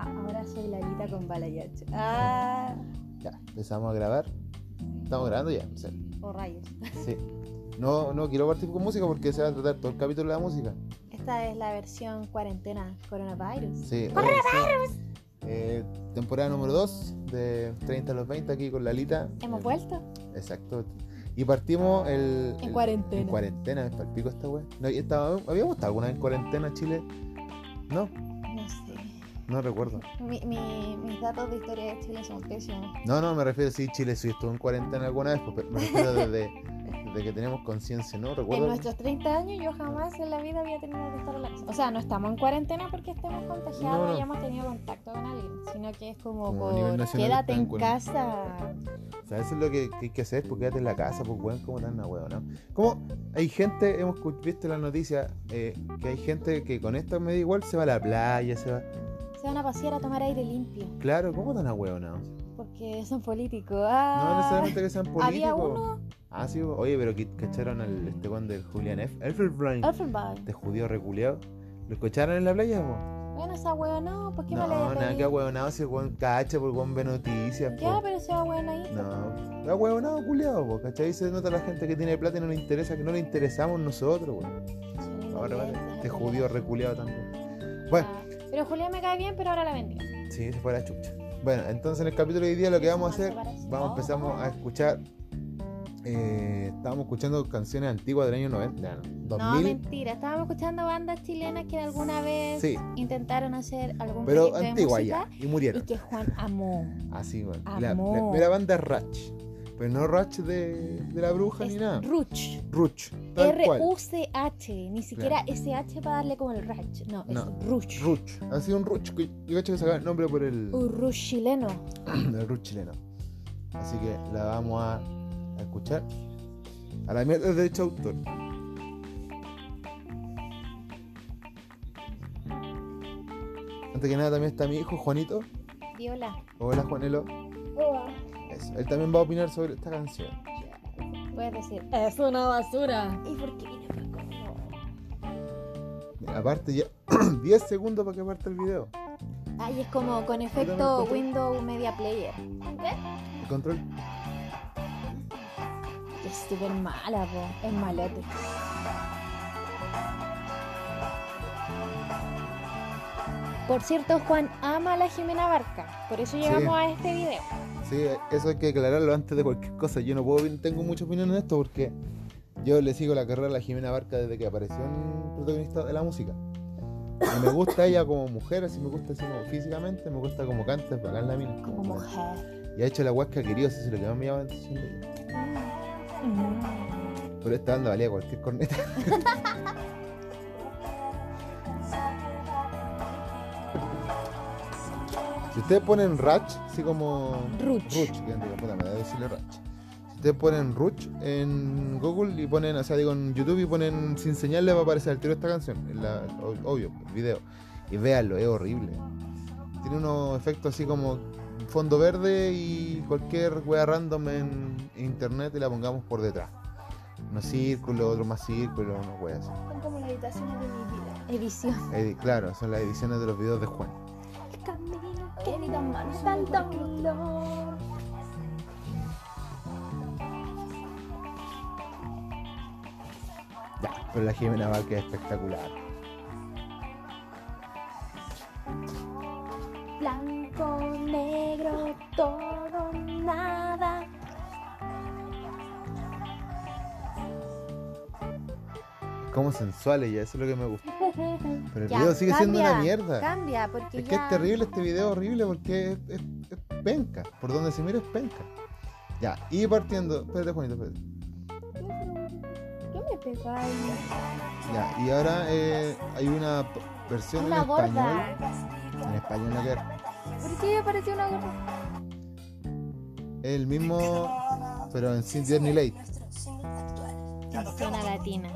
Ah, Una con Balayage. Ah, Ya, empezamos a grabar. Estamos grabando ya. en serio. o rayos. Sí. No, no quiero partir con música porque se va a tratar todo el capítulo de la música. Esta es la versión cuarentena coronavirus. Sí. ¡Corre, oye, sí. Eh, temporada número 2 de 30 a los 20 aquí con Lalita. Hemos Eh, vuelto Exacto. Y partimos el. en el- cuarentena. En cuarentena, me palpico esta wea. No, y estaba- ¿Habíamos estado alguna vez en cuarentena en Chile? No, no sé. no recuerdo. Mi- mi- mis datos de historia de Chile son pésimos. No, no, me refiero, sí, Chile sí estuvo en cuarentena alguna vez, pues, pero me refiero desde, desde que tenemos conciencia, ¿no? En Recuerdo. nuestros 30 años yo jamás en la vida había tenido que estar en la casa. O sea, no estamos en cuarentena porque estemos contagiados No, no. y hayamos tenido contacto con alguien, sino que es como, Como a nivel por nacional quédate están en con- casa. O sea, eso es lo que, que hay que hacer, porque quédate en la casa, pues, weón, como tan una weón, ¿no? Como hay gente, hemos escu- visto en las noticias, eh, que hay gente que con esta medida igual se va a la playa, se va. Se van a pasear a tomar aire limpio Claro, ¿cómo tan a weón, no? porque son políticos. No Ah. necesariamente que sean Había políticos. uno, Ah, sí, oye, pero que cacharon al este weón del Julián F. Elfenbein, Ah, Offenbach. este judío reculeado. ¿Lo escucharon en la playa, po? Bueno, esa hueá no, pues qué No, me le voy a nada, pedir? que weonado, si el weón cacha, pues el weón ve noticias, po. Ya, pero esa hueá no ahí. No, la huevonado culiado, po, ¿cachai? Se nota la gente que tiene plata y no le interesa, que no le interesamos nosotros, weón. Son Ahora, independientes, vale, no este tienen judío nada. reculeado también. Bueno, Ah, Pero Julián me cae bien, pero ahora la bendiga. sí, se fue la chucha. Bueno, entonces en el capítulo de hoy día lo que vamos a hacer, vamos empezamos a escuchar. eh, estábamos escuchando canciones antiguas del año 90, ¿no? No, 2000. mentira, estábamos escuchando bandas chilenas que alguna vez sí, intentaron hacer algún pero proyecto de antiguas ya, música y y murieron. que Juan amó. Así, bueno. Y La, la Amor. primera banda es Ratch, pero no Ratch de, de la bruja ni Es nada. Ruch. Ruch, tal cual. R-U-C-H, ni siquiera SH para darle como el ratch. No, es No, Ruch. Ruch. Ha sido un Ruch. que- Yo cacho que sacaba el nombre por el, Un Ruch chileno. el Ruch chileno. Así que la vamos a, a escuchar. A la mierda del derecho de autor. Antes que nada también está mi hijo Juanito. Viola. Hola Juanelo. Eso. Él también va a opinar sobre esta canción. Puedes decir, es una basura. ¿Y por qué vine por conmigo? Mira, aparte ya 10 segundos para que parte el video. Ay, es como con Yo efecto también Windows Media Player. El control. Es súper mala, po. Es malote. Por cierto, Juan ama a la Jimena Barca. Por eso llegamos a este video. Sí, eso hay que aclararlo antes de cualquier cosa. Yo no puedo, tengo mucha opinión en esto porque yo le sigo la carrera a la Jimena Barca desde que apareció en protagonista de la música. Y me gusta ella como mujer, así me gusta así como físicamente, me gusta como canta, es bacán la mina. Como mujer. Y ha hecho la huasca querida, eso es lo que más me llama la atención de ella. Mm. Pero esta banda valía cualquier corneta. si ustedes ponen Ratch, así como. Ruch. Ruch, que digo, puta, me da de decirle Ruch. Si ustedes ponen Ruch en Google y ponen, o sea, digo en YouTube y ponen sin señal, les va a aparecer al tiro esta canción. en la- o- obvio, el video. Y véanlo, es horrible. Tiene unos efectos así como fondo verde y cualquier wea random en internet y la pongamos por detrás. Unos círculos, otros más círculos, unos weas así. Son como las habitaciones de mi vida. Edición. Edi- claro, son las ediciones de los videos de Juan. Camino que ni tan mal, tanto dolor. Ya, pero la Jimena Barca es espectacular. Blanco, negro, todo, nada. Como sensual ella, eso es lo que me gusta. Pero el Ya, video sigue siendo una cambia, mierda. Cambia, porque Es que ya... es terrible este video, horrible, porque es, es- es penca. Por donde se mira es penca. Ya, y partiendo. Espérate, Juanito, espérate. ¿Qué me pegáis? Ya, y ahora eh, hay una p- versión Una en gorda. español. En español, no que- ¿Por qué apareció una gorda? El mismo, pero en Sin Disney Late. Zona latina.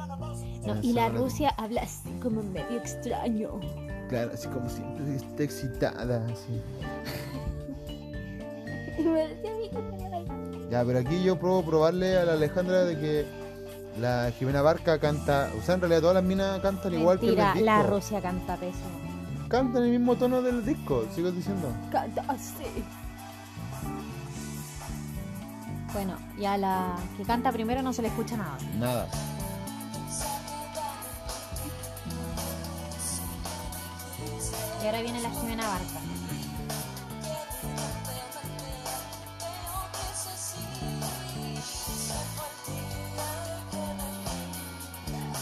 No, En y la zona Rusia habla así como medio extraño. latina. Claro, así como siempre está excitada. Así. Y me decía a mí que tenía la Ya, pero aquí yo pruebo probarle a la Alejandra de que la Jimena Barca canta. O sea, en realidad todas las minas cantan igual que en Mentira, el la disco. Rusia canta pésimo. cantan el mismo tono del disco, sigo diciendo. Canta así. Bueno, y a la que canta primero no se le escucha nada. Nada. Y ahora viene la Jimena Barca.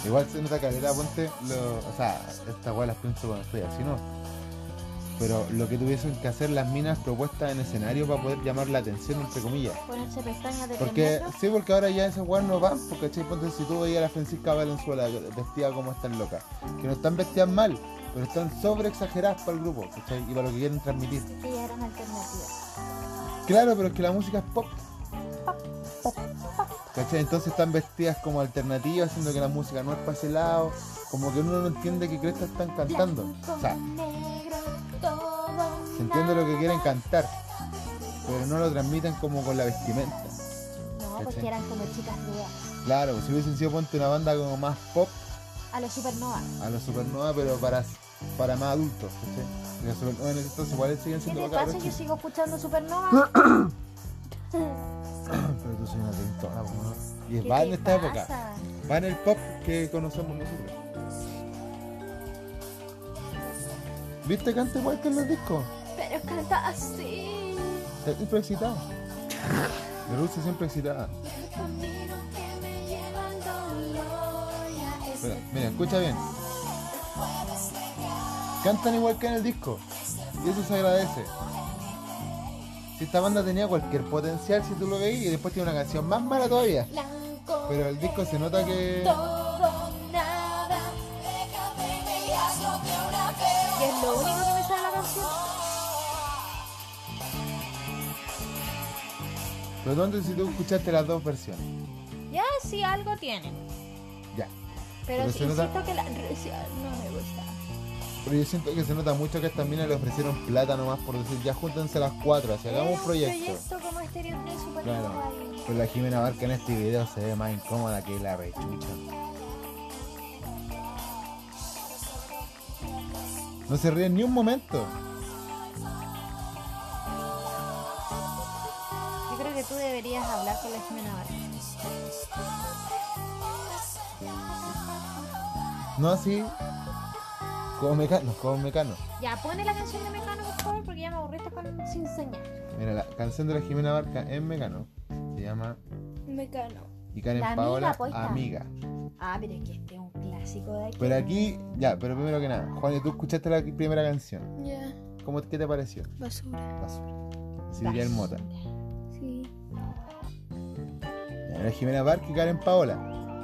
Igual se nota caleta, ponte, lo, o sea, estas weas las pienso cuando estoy así, ¿no? Pero lo que tuviesen que hacer las minas propuestas en escenario para poder llamar la atención, entre comillas. Ponerse pestañas de Porque, tres metros. sí, porque ahora ya esas weas no van, porque ¿cachai? ponte si tú veías a la Francisca Valenzuela vestida como están locas, que no están vestidas mal, pero están sobre exageradas para el grupo, ¿cachai? Y para lo que quieren transmitir. Es que ya eran alternativas. Claro, pero es que la música es pop. ¿Cachai? Entonces están vestidas como alternativas, haciendo que la música no es para ese lado. Como que uno no entiende qué cresta están cantando. O sea, Negro, todo se entiende lo que quieren cantar, pero no lo transmitan como con la vestimenta. No, ¿Cachai? porque eran como chicas nuevas. Claro, pues, si hubiesen sido ponte una banda como más pop A los supernova. a los supernova, pero para, para más adultos, ¿cachai? Y los supernova en ese entonces igual siguen ¿Qué siendo te bacanes, pasa? Yo ¿cachai? sigo escuchando supernova. Pero tú soy una treintona, po, ¿no? Y ¿Qué va te en esta época. pasa? Va en el pop que conocemos nosotros. ¿Viste? Canta igual que en los discos. Pero canta así. Está siempre Eh, excitada. La Rusia siempre excitada. Camino que me lleva al dolor. Ya es Mira, mira, escucha bien. Cantan igual que en el disco. Y eso se agradece. Si esta banda tenía cualquier potencial, si tú lo veis, y después tiene una canción más mala todavía. blanco. Pero el disco se nota que... Todo, nada. Y es lo único que me sale la canción. Pero ¿dónde si tú escuchaste las dos versiones? Ya sí algo tienen. Ya. Pero, Pero sí, se nota- insisto que la risa no me gusta. Pero yo siento que se nota mucho que a estas minas le ofrecieron plata nomás por decir, ya júntense las cuatro, así Era hagamos un proyecto. como Stereo 3 super Claro. Pero la Jimena Barca en este video se ve más incómoda que la rechucha. No se ríen ni un momento. Yo creo que tú deberías hablar con la Jimena Barca. No así. Como mecano, como mecano. Ya, pone la canción de Mecano, por favor, porque ya me aburriste con Sin Señal. Mira, la canción de la Jimena Barca en mecano. Se llama Me cano. Y Karen La amiga, Paola poita. Amiga. Ah, pero es que este es un clásico de aquí. Pero aquí, ya, pero primero que nada, Juan, tú escuchaste la primera canción. Ya, ¿Cómo, ¿Qué te pareció? basura. Basura. Así diría el mota. Sí. Ya, Era Jimena Barca y Karen Paola.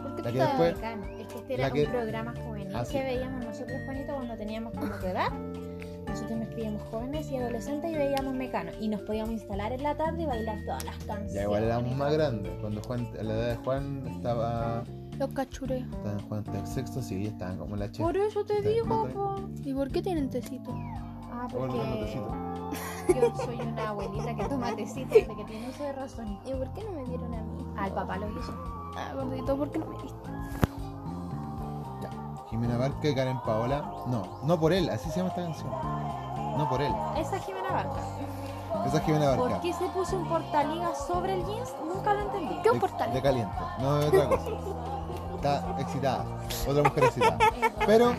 ¿Por qué La te que estás- después. Mecano. Es que este la era que- un programa juvenil Ah, sí. que veíamos nosotros, Juanito, cuando teníamos como tu edad. Nosotros nos criamos jóvenes y adolescentes y veíamos Mecano. Y nos podíamos instalar en la tarde y bailar todas las canciones. Ya igual éramos más grandes. Cuando Juan, a la edad de Juan estaba. Los cachureo. Estaban Juan en sexto, sí, ya estaban como en la chica. Por eso te Está- digo, está- po. ¿Y por qué tienen tecito? Ah, Bueno, no, porque tecito. yo soy una abuelita que toma tecito desde que tiene uso de razón. ¿Y por qué no me dieron a mí? Al papá lo hizo. Ah, gordito, ¿por qué no me diste? Ya. Jimena Barca y Karen Paola. No, no por él, así se llama esta canción. No por él. Esa es Jimena Barca. Esa es Jimena Barca. ¿Por qué se puso un portaliga sobre el jeans? Nunca lo entendí. ¿Qué De- portal? De caliente. No es otra cosa. Está excitada. Otra mujer excitada. Pero.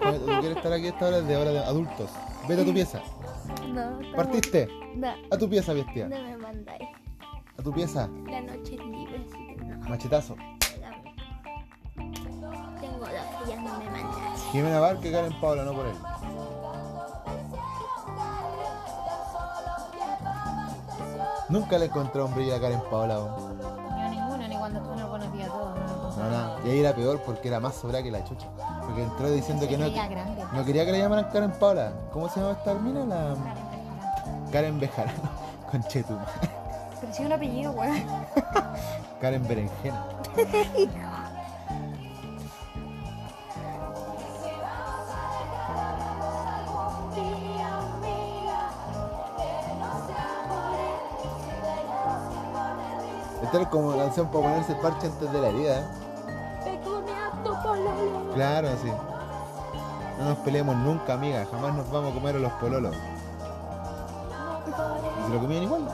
Juan, tú quieres estar aquí a esta hora de hora de adultos. Vete a tu pieza. No, está Partiste. muy- No, A tu pieza, bestia. no me mandáis. A tu pieza. La noche es libre, así que no, Machetazo. dame. Tengo dos días, no me mandáis. Jimena Barca y Karen Paola, no por él. Nunca le encontré un brillo a Karen Paola. weón. Ni a ninguno, ni cuando estuvo en el Buenos Días a Todos. No, No, nada. Y ahí era peor porque era más sobrada que la chucha. Porque entró diciendo que no, Ella grande. no quería que le llamaran Karen Paola. ¿Cómo se llama esta mina? La Karen Bejarano. Karen Bejarano. Conchetuma. Pero sí un apellido, weón. Karen Berenjena. Esta es Este como canción para ponerse el parche antes de la herida. ¿eh? Peconeando por la luz. Claro, sí. No nos peleemos nunca, amiga. Jamás nos vamos a comer a los pololos. Y se lo comían igual.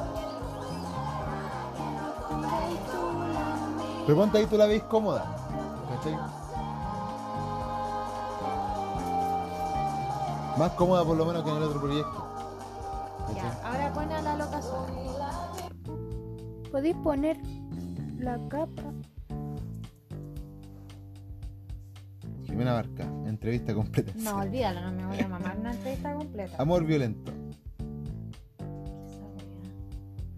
Pero ponte ahí, tú la veis cómoda. ¿Cachai? Más cómoda por lo menos que en el otro proyecto. Ya, ¿Cachai? ahora pon a la loca sola. Podéis poner la capa. Jimena Barca, entrevista completa. No, olvídalo, no me voy a mamar una entrevista completa. Amor violento. Esa wea.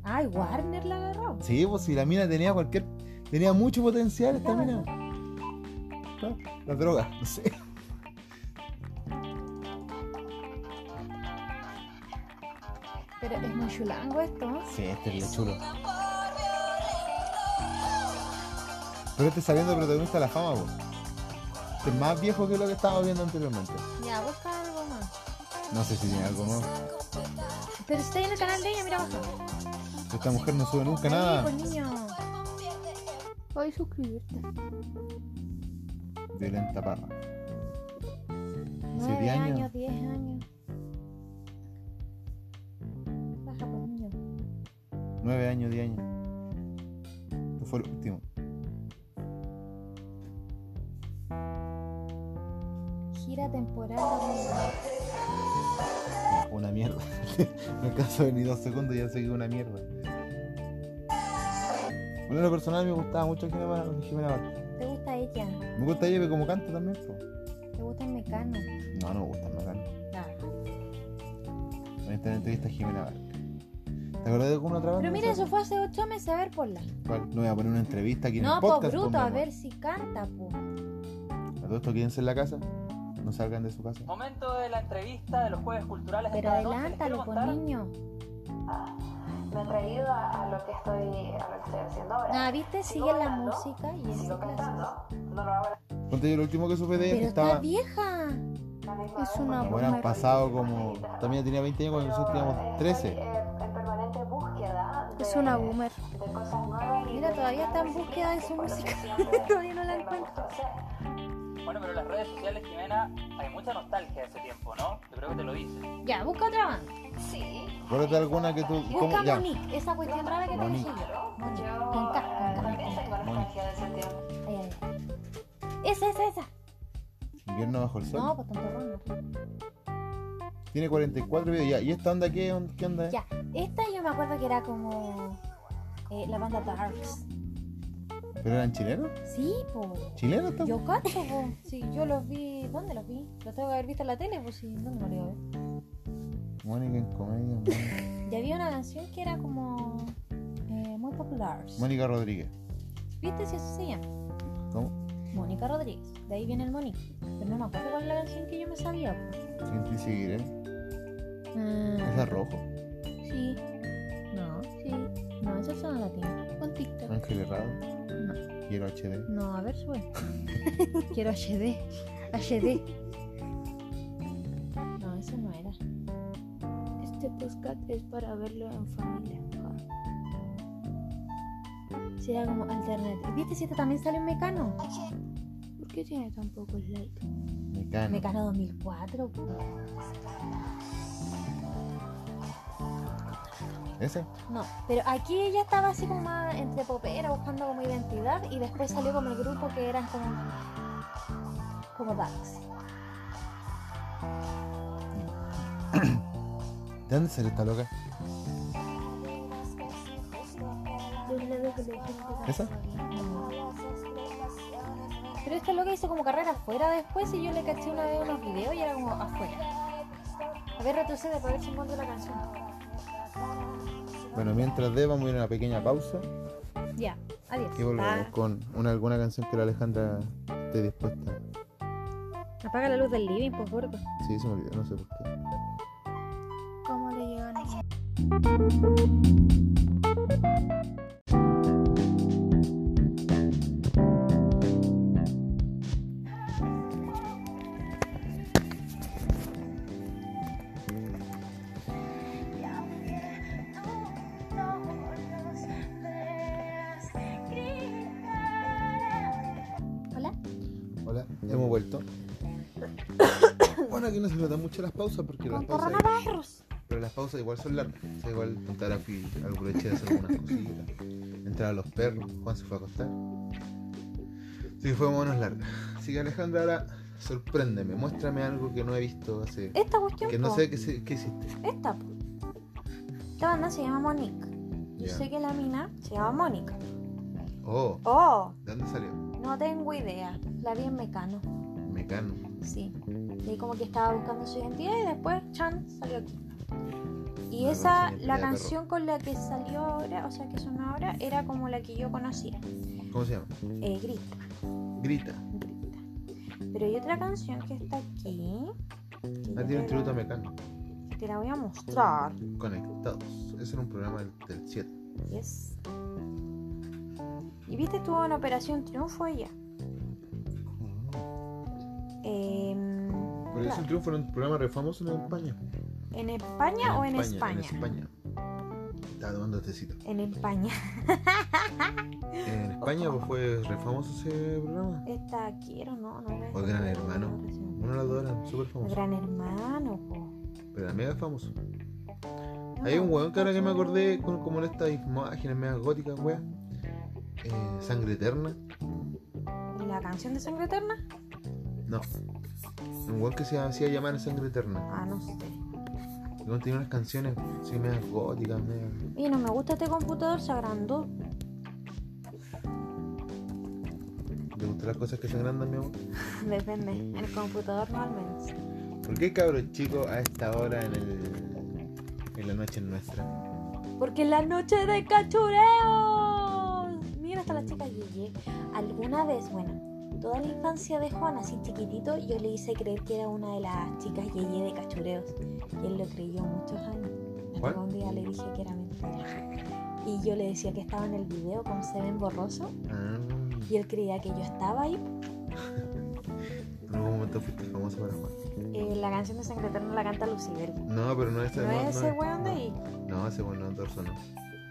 Ay, Warner la agarró. Sí, pues si la mina tenía cualquier. tenía mucho potencial esta mina. Ah, La droga, no sé. Pero es muy chulango esto. Sí, este es el chulo. Pero este saliendo protagonista de la fama, pues. Este es más viejo que lo que estaba viendo anteriormente. Ya, busca algo más. No sé si tiene algo nuevo. Pero si está ahí en el canal de ella, mira abajo. Esta mujer no sube nunca Ahí, nada. pues, niño. Podéis suscribirte. Violenta parra. Hace 10 9 años. años, 10 años. Baja, pues, niño. 9 años, 10 años. Este fue el último. Gira temporal. de- Una mierda. no alcanzo a ver ni dos segundos y ya sé que es una mierda. Bueno, en lo personal me gustaba mucho Jimena, Jimena Barca. ¿Te gusta ella? Me gusta ella como canta también, po. ¿Te gusta el mecano? No, no me gusta más canta. Claro. En esta entrevista es Jimena Barca. ¿Te acordás de alguna otra banda? Pero mira, eso fue hace 8 meses. A ver, ponla. ¿Cuál? No voy a poner una entrevista aquí en No, el pues podcast. bruto, mi a amor. ver si canta, pues. A todo esto quédense en la casa. No salgan de su casa. Momento de la entrevista de los jueves culturales de Pero cada noche. Les adelántalo, quiero pues contar niño. me he traído a, a lo que estoy a lo que estoy haciendo ahora Nada, viste, sigue la música y es sigo clases. cantando no lo hago Ponte yo lo último que supe de ella es Pero está que estaba. vieja. la misma Es Ah, vez una porque pues Bueno, han Muy pasado como. También tenía 20 años cuando nosotros estoy, teníamos 13. eh, en permanente búsqueda de, Es una boomer. de cosas nuevas y Mira, de todavía está en cosas búsqueda de que su por lo música. que siempre Todavía no la me encuentro. gustó hacer. Bueno, pero en las redes sociales, Jimena, hay mucha nostalgia de ese tiempo, ¿no? Yo creo que te lo dice. Ya, busca otra banda. sí Acuérdate alguna que tú. ¿Cómo? Busca Ya. Monique, esa cuestión rara que te dije Monique. yo. Monique, yo con K, con K. eh, también tengo nostalgia de ese tiempo Ay, ay, ay. Esa, esa, esa. Invierno bajo el sol. No, pues tonto Tiene 44 videos. Ya. ¿Y esta onda qué, on- qué onda es? Ya, esta yo me acuerdo que era como eh, la banda Darks. ¿Pero eran chilenos? Sí, pues. ¿Chilenos también? Yo cacho, pues. Sí, yo los vi. ¿Dónde los vi? Los tengo que haber visto en la tele, pues sí. ¿Dónde me los iba a ver? Mónica en comedia. Mónica- Y había una canción que era como eh, muy popular. Mónica Rodríguez. ¿Viste si eso se llama? ¿Cómo? Mónica Rodríguez. De ahí viene el Monique. Pero no me acuerdo cuál es la canción que yo me sabía. po. Sin ti seguiré. Esa Ah, es rojo. sí. No, sí. No, esa es una latina. Con TikTok. Ángel Herrado. No. Quiero HD. No, a ver, sube. Quiero HD. HD. No, eso no era. Este podcast es para verlo en familia. Ah, Sí, era como alternativa. ¿Viste si este también sale un Mecano? ¿Por qué tiene tan pocos likes? Mecano. Mecano 2004. po. ¿Ese? No, pero aquí ella estaba así como más entre popera, buscando como identidad y después salió como el grupo que eran como como Dax. ¿De dónde sale esta loca? ¿Esa? Mm. Pero esta loca hizo como carrera afuera después y yo le caché una vez unos videos y era como afuera. A ver, retrocede para ver si encuentro la canción. Bueno, mientras de, vamos a ir a una pequeña pausa Ya, adiós. y volvemos Ah. con una, alguna canción que la Alejandra esté dispuesta. Ah, apaga la luz del living, por favor. Sí, se me olvidó, no sé por qué. ¿Cómo le llegan? Hola. Hola, hemos vuelto. Bueno, aquí no se notan mucho las pausas porque las Con pausas, coronavirus. pero las pausas igual son largas. O sea, igual estar aquí aproveché de hacer algunas cositas. Entrar a los perros, Juan se fue a acostar. Sí, fue más o menos larga. Así que Alejandra, ahora sorpréndeme, muéstrame algo que no he visto hace. Esta cuestión. Que no po. sé qué, se- qué hiciste. Esta. po. Esta banda se llama Monique. Yo Ya. sé que la mina se llama Mónica. Oh, Oh, ¿de dónde salió? no tengo idea. La vi en Mecano. Mecano. Sí. Y como que estaba buscando su identidad y después Chan salió aquí. Y Una esa, canción la de perro. canción con la que salió ahora, o sea que sonó ahora, era como la que yo conocía. ¿Cómo se llama? Eh, grita, Grita. grita. Pero hay otra canción que está aquí. que Ah, yo tiene te un tributo a la- Mecano. Te la voy a mostrar. Conectados. Ese era un programa del- del 7. Yes. Y viste, estuvo en Operación Triunfo ella. Em, Pero es un triunfo en un programa re famoso en España. ¿En España o en España? En España. Estaba tomando tecito. En España. En España pues, fue re famoso ese programa. Está aquí, ¿o no? no era O Gran Hermano. Uno de los dos era súper famoso. Gran Hermano, po. Pero era mega famoso. No, Hay un no. weón que ahora que me acordé, con, como en estas imágenes mega góticas, weón. Eh, Sangre Eterna. ¿Y la canción de Sangre Eterna? No. Un weón que se hacía llamar Sangre Eterna. Ah, no sé. El weón tenía unas canciones así mega góticas, mega. Oye, no me gusta este computador, se agrandó. ¿Te gustan las cosas que se agrandan, mi amor? Depende, el computador no al menos. ¿Por qué cabros chicos a esta hora en el. en la noche nuestra? Porque la noche de cachureos. Mira, hasta la chica Gigi. Alguna vez, bueno, toda la infancia de Juan, así chiquitito, yo le hice creer que era una de las chicas Yeye de cachureos. Y él lo creyó muchos años. Hasta ¿Cuál? que un día le dije que era mentira. Y yo le decía que estaba en el video con Seven Borroso. Ah, Y él creía que yo estaba ahí. en algún momento fuiste famoso para Juan. Eh, la canción de Sangre Eterna la canta Lucibel. No, pero no es No es ese weón de ahí. No, ese weón no, torso no.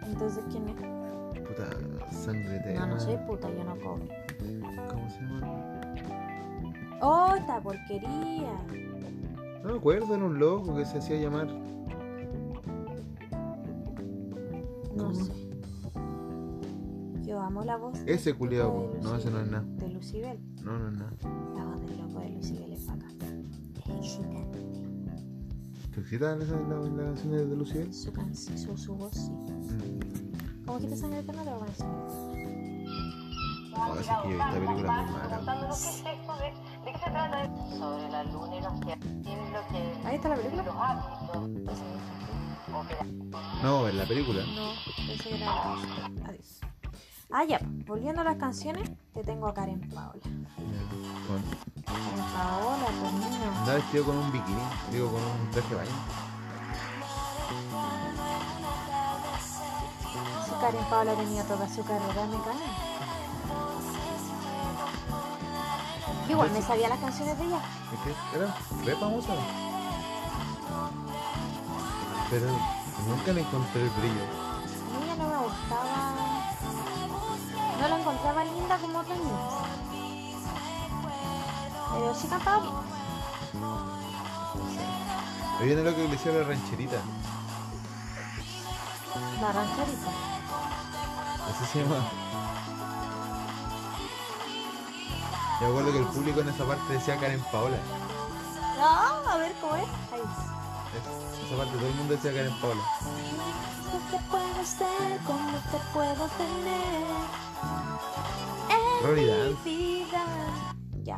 Entonces, ¿quién es? Puta sangre No, eterna. no soy puta, yo no cobro. ¿Cómo se llama? ¡Oh, esta porquería! No me acuerdo, era un loco que se hacía llamar. No ¿Cómo? sé. Yo amo la voz. del Ese loco culiao, de po. No, ese no es nada. De Lucibel. No, no, no. La voz del loco de Lucibel es acá. Es excitante. ¿Te excitan esas las las canciones de Mm. Lucibel? Su, can- su, su voz sí. ¿Cómo que te sangre que no te lo van a enseñar? No, es que esta película es muy mala. Contándonos qué es esto, de, de qué se trata. Sobre la luna y los que y lo que Ahí está la película. los hábitos No, en la película. No, pensé que era la otra. Adiós. Ah, ya. Volviendo a las canciones, te tengo a Karen Paola. Con- Karen Paola, tu niño. Andaba vestido con un bikini, digo con un traje de baño. Ah. Si Karen Paola tenía toda su carrera en Mecano. Yo Igual me sabía las canciones de ella. Es que era re famosa. Pero nunca le encontré el brillo. A ella no me gustaba. No la encontraba linda como otras niñas. Pero sí cantaba bien. Ahí viene lo que le hicieron a la rancherita. La rancherita. Así se llama. Yo me acuerdo que el público en esa parte decía Karen Paola. No, a ver cómo es. Ahí. Es- Esa parte todo el mundo decía Karen Paola. No te puedo ser como te puedo tener. Rory En Dance. mi vida. Ya.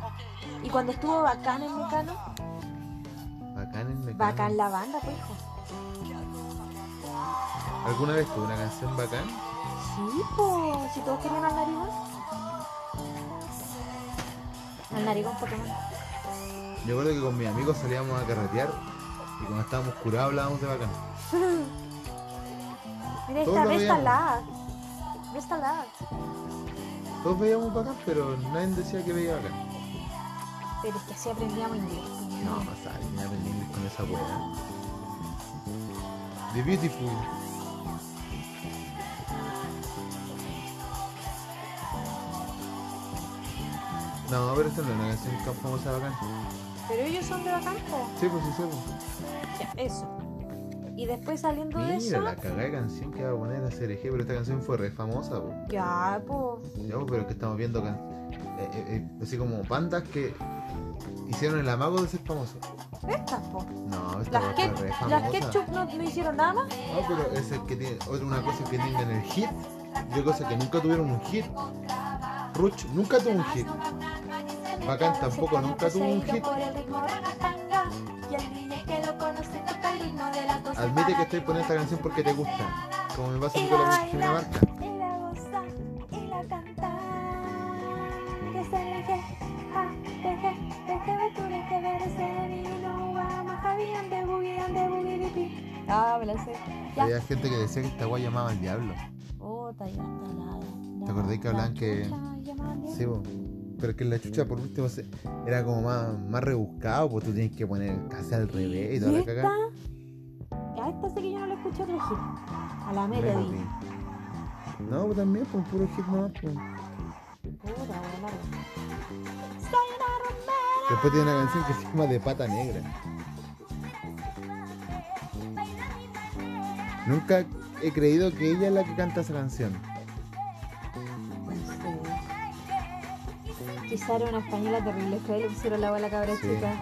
Y cuando estuvo bacán en Mecano, Bacán en Mecano. bacán la banda, pues hijo. ¿Alguna vez tuvo una canción bacán? Sí, pues, si todos querían al narigón. Al narigón Pokémon. Yo recuerdo que con mis amigos salíamos a carretear y cuando estábamos curados hablábamos de bacán. Mira, ahí Todos está lo Vesta veíamos. Lag. Vesta Lag. Todos veíamos bacán, pero nadie decía que veía bacán. Pero es que así aprendíamos inglés. No, o sea, yo me aprendí inglés con esa weá. The Beautiful. No, pero esta no es una canción tan famosa bacán. Pero ellos son de Bacalco. Sí, pues sí, sí. pues. Ya, eso. Y después saliendo de Mira, eso. la cagada de canción que va a poner la CRG, pero esta canción fue re famosa, po. Ya, pues. Ya, pues, pero es que estamos viendo can- eh, eh, eh, así como bandas que hicieron el amago de ser famosos. Estas, po. No, esta Las, fue que, re las famosa. ketchup no, no hicieron nada más. No, pero es el que tiene, otra una cosa que tengan el hit y otra cosa que nunca tuvieron un hit. Ruch nunca tuvo un hit. Bacán tampoco nunca tuvo un hit. Admite que estoy poniendo esta canción porque te gusta. Como me pasa a mí con la música que me marca. Ah, me la sé. Ya. Había gente que decía que esta guay llamaba al diablo. Oh, ta- ya está la. ¿Te acordás que hablaban que- Sí, po. Pero que la chucha por último se- era como más, más rebuscado, pues tú tienes que poner casi al revés y toda la ¿Y esta? cagada. A esta sé que yo no la escuché elegir. A la melody. No, pues también, pues puro hit nomás, pues. Puta, buena. Después tiene una canción que se llama De Pata Negra. Nunca he creído que ella es la que canta esa canción. Sí. Este, Quizá era una española terrible fea y le pusieron la bola cabra Sí. chica.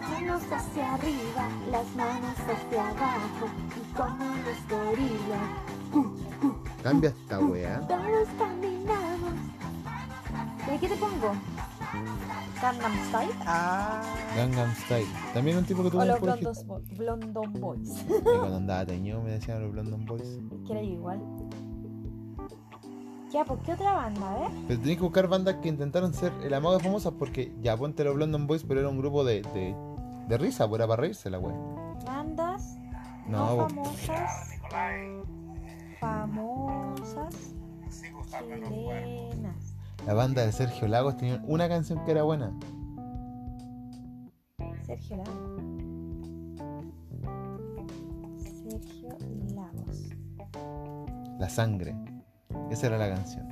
Manos hacia arriba, las manos hacia abajo y como los gorilas Cambia esta weá. todos caminamos. ¿Y aquí te pongo? Gangnam Style Gangnam Style. También un tipo que tuvo o un los puro hit. Blondos Bo- Blondon Boys. Y cuando andaba teñido me decían los Blondon Boys. que era igual. Ya, pues qué otra banda, ¿eh? Pero tenés que buscar bandas que intentaron ser el amago de famosas porque ya ponte los Blondon Boys, pero era un grupo de, de, de risa, pues era para reírse la weá. Bandas no, No, pues, famosas. Famosas. Chilenas. la banda de Sergio Lagos tenía una canción que era buena. Sergio Lagos. Sergio Lagos. La sangre. Esa era la canción.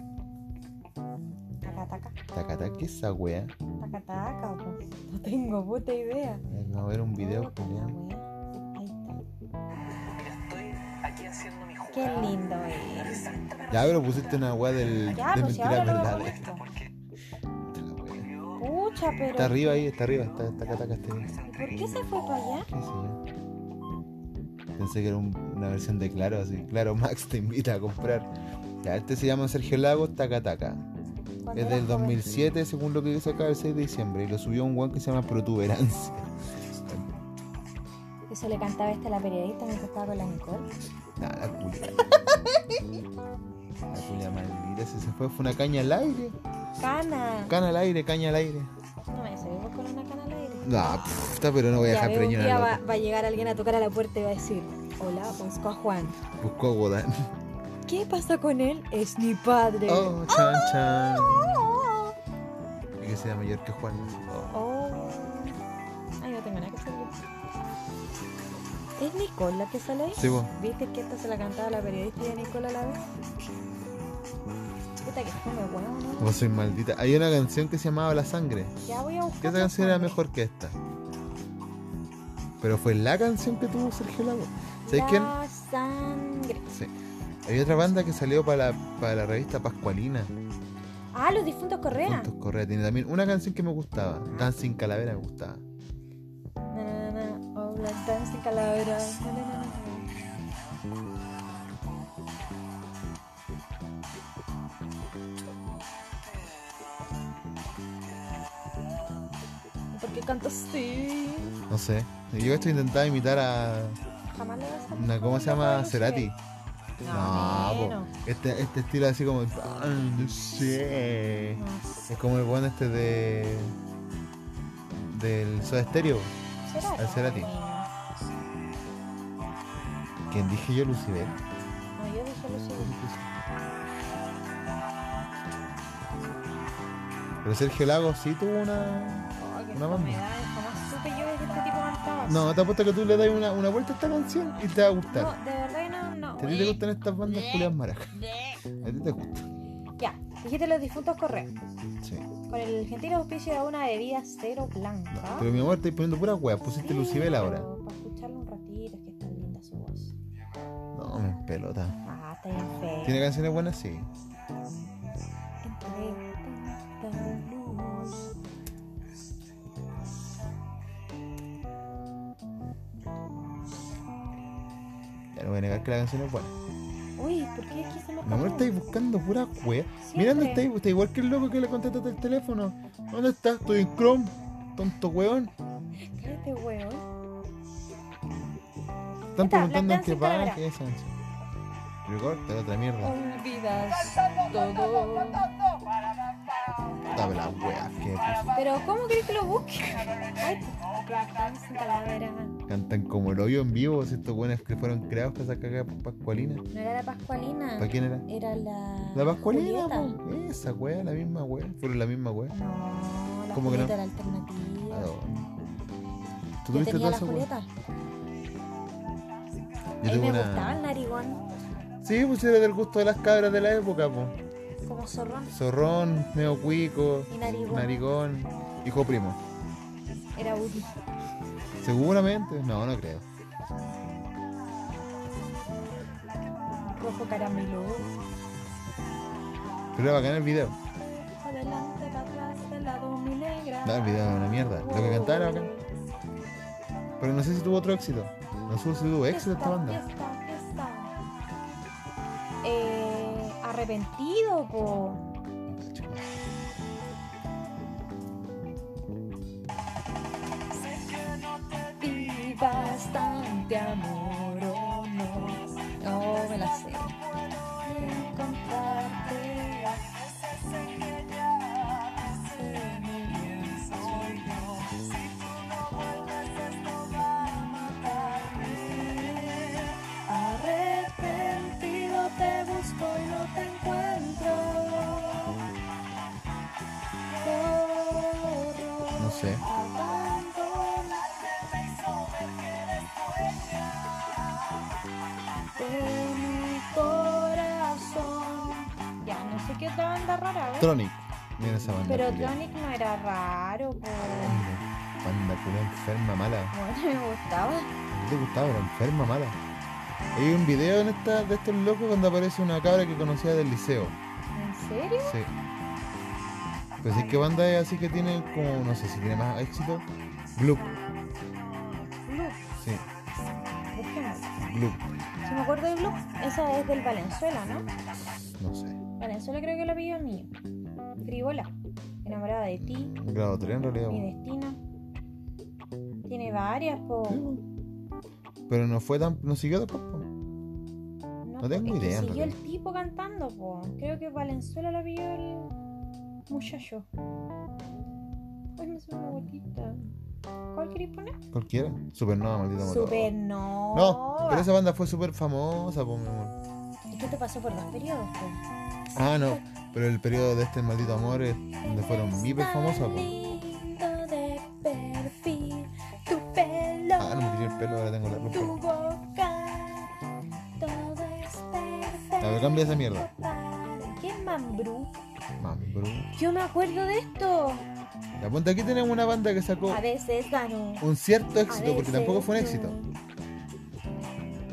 Taca, taca, Tacata, ¿qué es esa weá? taca, taca, pues. No tengo puta idea. Vamos a ver Eh, un video, Puta la Julián. wea. Ahí está. Estoy aquí haciendo mi Qué jugada. lindo es. Ya, pero pusiste una weá del. Ya, de pues si mentiras ahora lo voy a verdades. poner. po. Puta la weá. Pucha, pero. Está arriba ahí, está arriba. Está, está acá, está acá, está ahí. ¿Y por qué se fue para allá? ¿Qué sé yo? Pensé que era un- una versión de Claro, así. Claro, Max te invita a comprar. Ya, este se llama Sergio Lagos Taca Taca. Cuando Es era del joven. 2007, según lo que dice acá, el 6 de diciembre. Y lo subió un weón que se llama Protuberancia. Eso le cantaba esta a la periodista mientras estaba con la Nicole. Nah, Ah, la culia. La culia maldita, si se fue, fue una caña al aire. ¡Cana! Caña al aire, caña al aire. No me salimos con una cana al aire. No, puta, pero no voy Ya a dejar veo, un preñón día a va, loco. va a llegar alguien a tocar a la puerta y va a decir: Hola, busco a Juan. Buscó a Godán. ¿Qué pasa con él? Es mi padre. Oh, chan, chan. oh, Y que sea mayor que Juan. así, oh. Oh. Ay, no tengo nada que salir. ¿Es Nicole la que sale ahí? Sí, vos. ¿Viste que esta se la cantaba la periodista y a Nicole a la vez? Puta que fome, weón, ¿no? Vos sois Oh, maldita. Hay una canción que se llamaba La Sangre. Ya voy a eh. buscar. Que esa la canción era sangre. mejor que esta. Pero fue la canción que tuvo Sergio Lago. ¿Sabes quién? La sangre. Sí. Había otra banda que salió para la, para la revista Pascualina. Ah, los difuntos Correa. Juntos Correa. Tiene también una canción que me gustaba. Dancing Calavera me gustaba. Na, na, na, na. Oh, las dancing calaveras. Na, na, na, na. ¿Por qué cantas así? No sé. Yo esto intentaba imitar a. Jamás le vas a una- ¿Cómo se nunca llama? lo Cerati. sé. No, po. bueno. Este, este estilo así como. "Ay, No sé. No sé. Es como el bueno este de. Del Soda Stereo. ¿Será? Al Cerati. No, Quien dije yo, yo Lucibel. dije lo siguiente. Pero Sergio Lago sí tuvo una. Oh, qué Una banda. enfermedad. Jamás supe yo que este tipo cantaba. No, te apuesto que tú le das una, una vuelta a esta canción y te va a gustar. No, de verdad que no, no. Te ¿A ti te gustan estas bandas culiadas maracas? Bleh. ¿A ti te gustan? Ya, dijiste los difuntos correos. Sí. Con el gentil auspicio de una bebida cero blanca. Pero mi amor, estáis poniendo pura weá. Pusiste Sí, Lucibel ahora. pero Para escucharlo un ratito, es que está linda su voz. No, me pelota. Ah, está bien fea. ¿Tiene canciones buenas? Sí. Entre tanta luz. Ya no voy a negar que la canción es buena. Uy, ¿por qué aquí se me Mi amor, escapó? estáis buscando pura weá. Siempre. Mirando, estáis está igual que el loco que le contestaste el teléfono. ¿Dónde estás? Estoy en Chrome. Tonto weón. Cállate, weón. Están Está, preguntando Black en Dance qué está va, ahora. qué es eso. Recorta la otra Oh, mierda. Olvidas todo. Dame la weá. Que Pero, ¿cómo querés que lo busque? Ay, pues, estamos en calavera. No cantan como el hoyo en vivo. Si estos weones que fueron creados para esa cagada por Pascualina. era la Pascualina. ¿Para quién era? Era la. La Pascualina, Julieta. po. Esa weá, la misma weá. Fueron la misma weá. No, la ¿Cómo que no? Julieta era alternativa. ¿A dónde? Yo ¿Tú tuviste tenía toda la esa weá? Julieta. Yo A mí tuve me una- gustaba el narigón. Sí, pues era del gusto de las cabras de la época, po. Como zorrón. Zorrón, medio cuico, Y narigón. narigón, hijo primo. Era útil. Seguramente, no, no creo. Rojo caramelo. Pero era bacán el video. Adelante, para atrás, del lado mi negra. No, el video era una mierda. Lo que cantaba era bacán. Pero no sé si tuvo otro éxito. No sé si tuvo éxito esta banda. Fiesta, fiesta. Eh, arrepentido, po. Y bastante amor, oh no. No me la sé. Encontrarte. Arrepentido te busco y no te encuentro. Corro, No sé. abandono. De mi corazón. Ya, no sé qué otra banda rara, ¿eh? Tronic. Mira esa banda. Pero culiao. Tronic no era raro, po. Banda culiao enferma, mala. Bueno, me gustaba. ¿Qué te gustaba? Era enferma, mala. Hay un video en esta, de estos locos cuando aparece una cabra que conocía del liceo. ¿En serio? Sí. Pues es que banda es así que tiene como, no sé si tiene más éxito. Gloop, Blue. sí, Busquemos. Gloop, Si me acuerdo de Blue, esa es del Valenzuela, ¿no? no sé. Valenzuela creo que la pilló el niño. Frivola. Enamorada de ti. Grado 3 en realidad. Mi po. destino. Tiene varias, po. Sí, po. Pero no fue tan. no siguió después. po. No, No tengo po, es que idea, en Siguió el realidad. tipo cantando, po. Creo que Valenzuela la pilló el muchacho. Ay, me suena una gotita. ¿Cuál queréis poner? Cualquiera. Supernova, maldita moto. Supernova. No, pero esa banda fue súper famosa, po, mi amor. ¿Y qué te pasó por dos periodos, pues? po? Ah, no. Pero el periodo de este maldito amor es donde fueron hiper famosas, po. Lindo de perfil, tu pelo, Ah, no me tiré el pelo, ahora tengo la tu ropa. boca, todo es A ver, perfecto. cambia esa mierda. para- ¿Qué es Mambrú? Mami, bro. Yo me acuerdo de esto. La punta aquí tenemos una banda que sacó A veces ganó. un cierto a éxito, porque veces tampoco fue un no. éxito.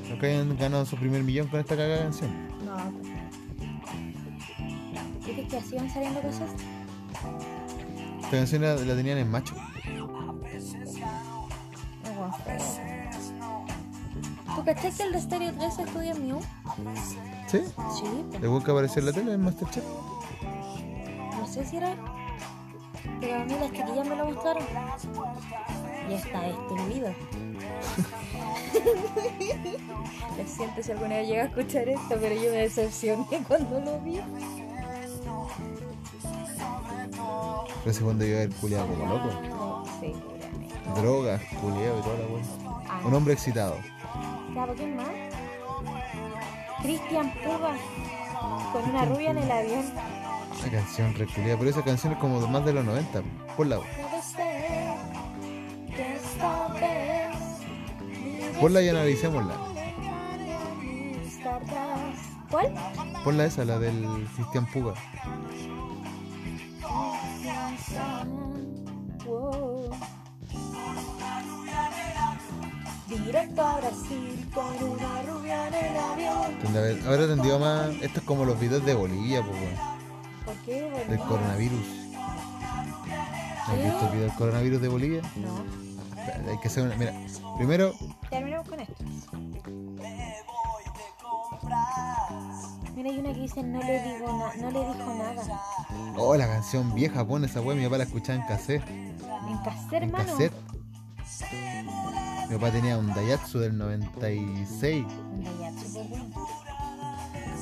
Los que hayan ganado su primer millón con esta cagada canción. No. pues, ¿Y que, que así van saliendo cosas? Esta canción la, la tenían en macho. No, guau. ¿Tú cachás que el de Stereo 3 estudia en Mew? ¿Sí? Sí. pues, El weón que apareció en la tele en Masterchef. No sé si era. Pero a mí las chiquillas me lo mostraron. Y está destruido. lo siento si alguna vez llega a escuchar esto, pero yo me decepcioné cuando lo vi. Pero ese cuando iba el culiado como loco. Sí, seguramente. Drogas, culiado y toda la weón. Ah. Un hombre excitado. Claro, ¿quién más? Cristian Puga con una rubia en el avión. Esa canción re culiada, pero esa canción es como de más de los 90. Por la Debe ser que esta vez mi Ponla y analicémosla. destino le gane a mis tardes. ¿Cuál? Pon la esa, la del Cristian Puga. Wow. Directo a Brasil con una rubia en el avión. Tendrá que haber- Habrá tendido más. Esto es como los videos de Bolivia, pues, weón, ¿Por qué? Del Bolivia? coronavirus. ¿Has visto el video del coronavirus de Bolivia? No. Espérate, Hay que hacer una. Mira, primero, Terminemos con esto. Mira, hay una que dice no le digo na- no le dijo nada. oh, la canción vieja, pon esa weá. Mi papá la escuchaba en cassette. En caser, En hermano. cassette. Mi papá tenía un Daihatsu del 96. Mira, ya, súper bien.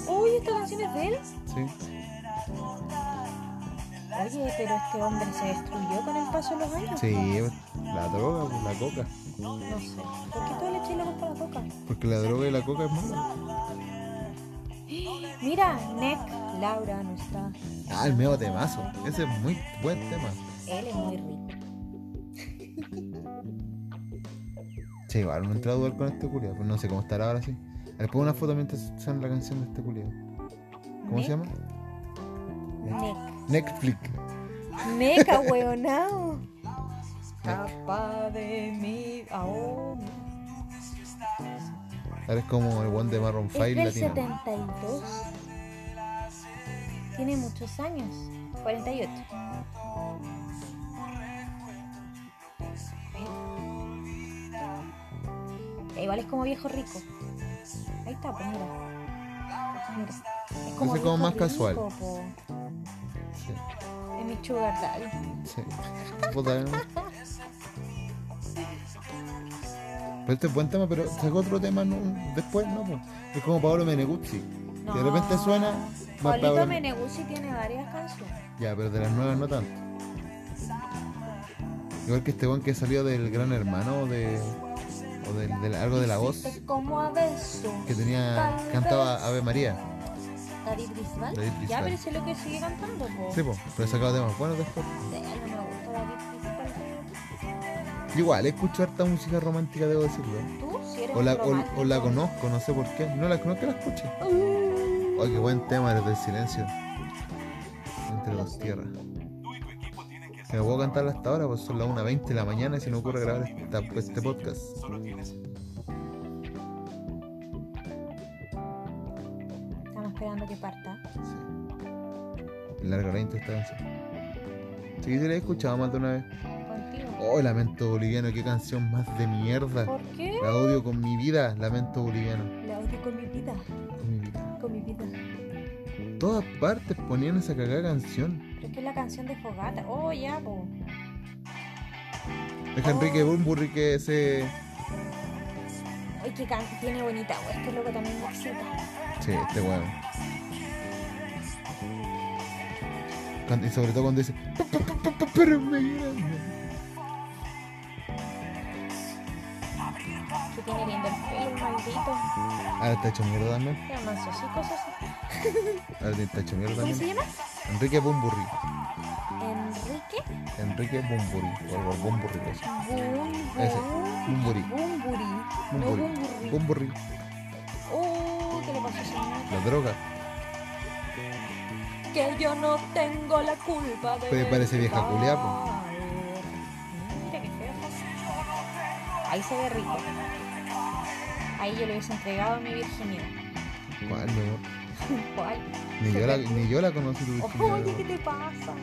Uy, esta canción es de él. Sí. Oye, pero este hombre se destruyó con el paso de los años. Sí, la droga, pues, la coca. No sé. ¿Por qué todo le eché la culpa a la coca? Porque la droga y la coca es mala. Mira, Nick, Laura no está. Ah, el medio temazo. Ese es muy buen tema. Él es muy rico. Sí, igual no he entrado a dudar con este culiado, pero no sé cómo estará ahora sí. Después una foto mientras suena la canción de este culiado. ¿Cómo se llama? Nick. Netflix. Nick, ahueonao. Capa de mi. ahora. Ahora es como el one de Marron Es Fire del latino. 72. Tiene muchos años. 48. Ya, igual es como viejo rico. Ahí está, pues mira. Mira. Es Ese es como viejo más casual. po. Sí, Es mi sugar daddy. sí. Puta, ¿eh? ¿no? Pero este es buen tema, pero sacó otro tema ¿no? después, ¿no? po? Es como Paolo Meneguzzi. De repente suena. va Pablito Paolo- Meneguzzi tiene varias canciones. Ya, pero de las nuevas no tanto. Igual que este buen que salió del Gran Hermano o de. o del, del- algo de la voz. Es como a beso. que tenía Tal vez. cantaba Ave María. David Bisbal. David Ya, Bisbal. pero ese es lo que sigue cantando, po. Sí, po, pero sacaba temas buenos después. Sí, no me gusta David Bisbal. Igual, escucho harta música romántica, debo decirlo. Tú, si eres O la, un o, romántico. o la conozco, no sé por qué. No la conozco, la escuché. Uh. Oh, qué buen tema desde el silencio. Entre dos tierras. Que no puedo cantarla hasta ahora, pues son las 1.20 de la mañana y se me ocurre grabar esta- este podcast. Estamos esperando que parta. Sí. Larga la intro esta canción. Sí, sí la he escuchado más de una vez. Contigo. Oh, Lamento Boliviano, qué canción más de mierda. ¿Por qué? La odio con mi vida, Lamento Boliviano. La odio con mi vida. Con mi vida. Con mi vida. Todas partes ponían esa cagada canción. Pero es que es la canción de Fogata. Oh, ya, po. Es que Enrique Bunbury que se. Ay, que can... tiene bonita voz. Este loco también me excita. Sí, este weón. Cuando- Y sobre todo cuando dice. "Pa, pa, pa, pa, pa, Pero me grande". Que tiene lindo el pelo, el maldito. Ahora está hecho Ah, mierda también. Pero manso, sí, cosas así. Ahora está hecho mierda ¿Cómo se también. llama? Enrique Bunbury. Enrique Enrique Bunbury. O algo, Bunbury. eso. pues. Ese. Bumburi. Bunbury. Bumburi. No Bumburi. Bunbury. Bunbury. Oh, ¿qué le pasó a ese niño? La droga. Que yo no tengo la culpa de. Pero Pues parece vieja culiá, po. Mira qué feo. Ahí se ve rico. Ahí yo le hubiese entregado mi virginidad. ¿Cuál, mi amor? ¿Cuál? Ni yo la, ni yo la conocí tu virginidad, Oye, ¿qué weón. te pasa?